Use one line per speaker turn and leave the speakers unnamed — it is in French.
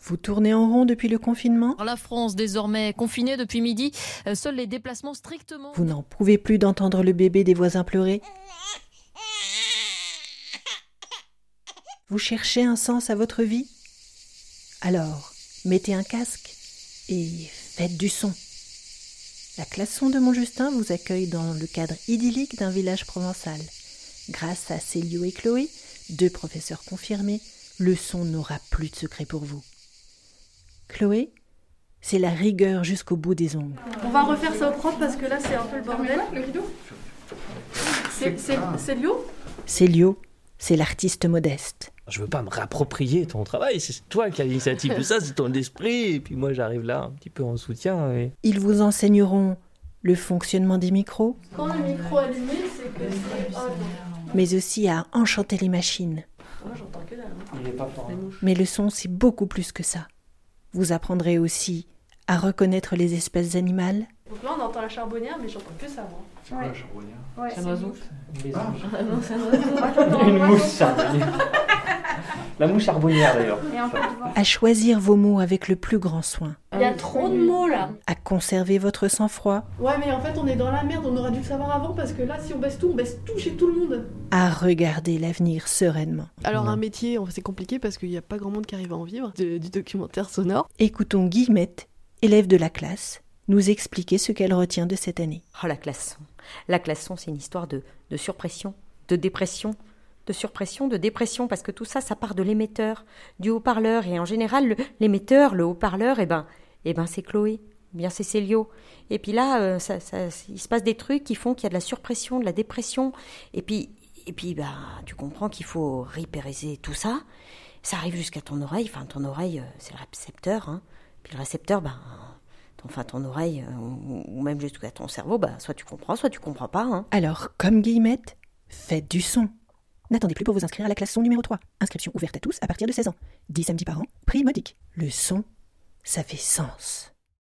Vous tournez en rond depuis le confinement
La France, désormais confinée depuis midi, euh, seuls les déplacements strictement.
Vous n'en pouvez plus d'entendre le bébé des voisins pleurer Vous cherchez un sens à votre vie Alors, mettez un casque et faites du son. La classon de Montjustin vous accueille dans le cadre idyllique d'un village provençal. Grâce à Célio et Chloé, deux professeurs confirmés, le son n'aura plus de secret pour vous. Chloé, c'est la rigueur jusqu'au bout des ongles.
On va refaire ça au propre parce que là c'est un peu le bordel. Le rideau C'est- C'est c'est Lio
Célio, c'est l'artiste modeste.
Je veux pas me rapproprier ton travail, c'est toi qui as l'initiative de ça, c'est ton esprit. Et puis moi, j'arrive là un petit peu en soutien. Et...
Ils vous enseigneront le fonctionnement des micros,
Quand le micro est allumé, c'est que c'est. Ah, non.
mais aussi à enchanter les machines.
Moi j'entends que dalle. hein.
Mais le son, c'est beaucoup plus que ça. Vous apprendrez aussi à reconnaître les espèces animales,
Donc là on entend la charbonnière, mais j'entends que ça moi.
C'est quoi la charbonnière
C'est un oiseau
Attends,
Une mouche charbonnière. La mouche charbonnière d'ailleurs.
à choisir vos mots avec le plus grand soin,
Il y a trop de mots là.
à conserver votre sang-froid,
Ouais, mais en fait on est dans la merde, on aurait dû le savoir avant parce que là si on baisse tout, on baisse tout chez tout le monde.
à regarder l'avenir sereinement.
Alors
Non.
un métier, c'est compliqué parce qu'il n'y a pas grand monde qui arrive à en vivre de- du documentaire sonore.
Écoutons Guillemette, élève de la classe, nous expliquer ce qu'elle retient de cette année.
Oh, la classon. La classon, c'est une histoire de, de surpression, de dépression, de surpression, de dépression, parce que tout ça, ça part de l'émetteur, du haut-parleur. Et en général, le- l'émetteur, le haut-parleur, eh ben, eh ben c'est Chloé, ou bien c'est Célio. Et puis là, euh, ça, ça- il se passe des trucs qui font qu'il y a de la surpression, de la dépression. Et puis, et puis ben, tu comprends qu'il faut ripériser tout ça. Ça arrive jusqu'à ton oreille. Enfin, ton oreille, euh, c'est le récepteur. hein. Puis le récepteur, ben, ton- enfin ton oreille euh, ou, ou même jusqu'à ton cerveau, bah, soit tu comprends, soit tu comprends pas. hein.
Alors, comme Guillemette, faites du son. N'attendez plus pour vous inscrire à la classe son numéro 3. Inscription ouverte à tous à partir de 16 ans. 10 samedis par an, prix modique. Le son, ça fait sens.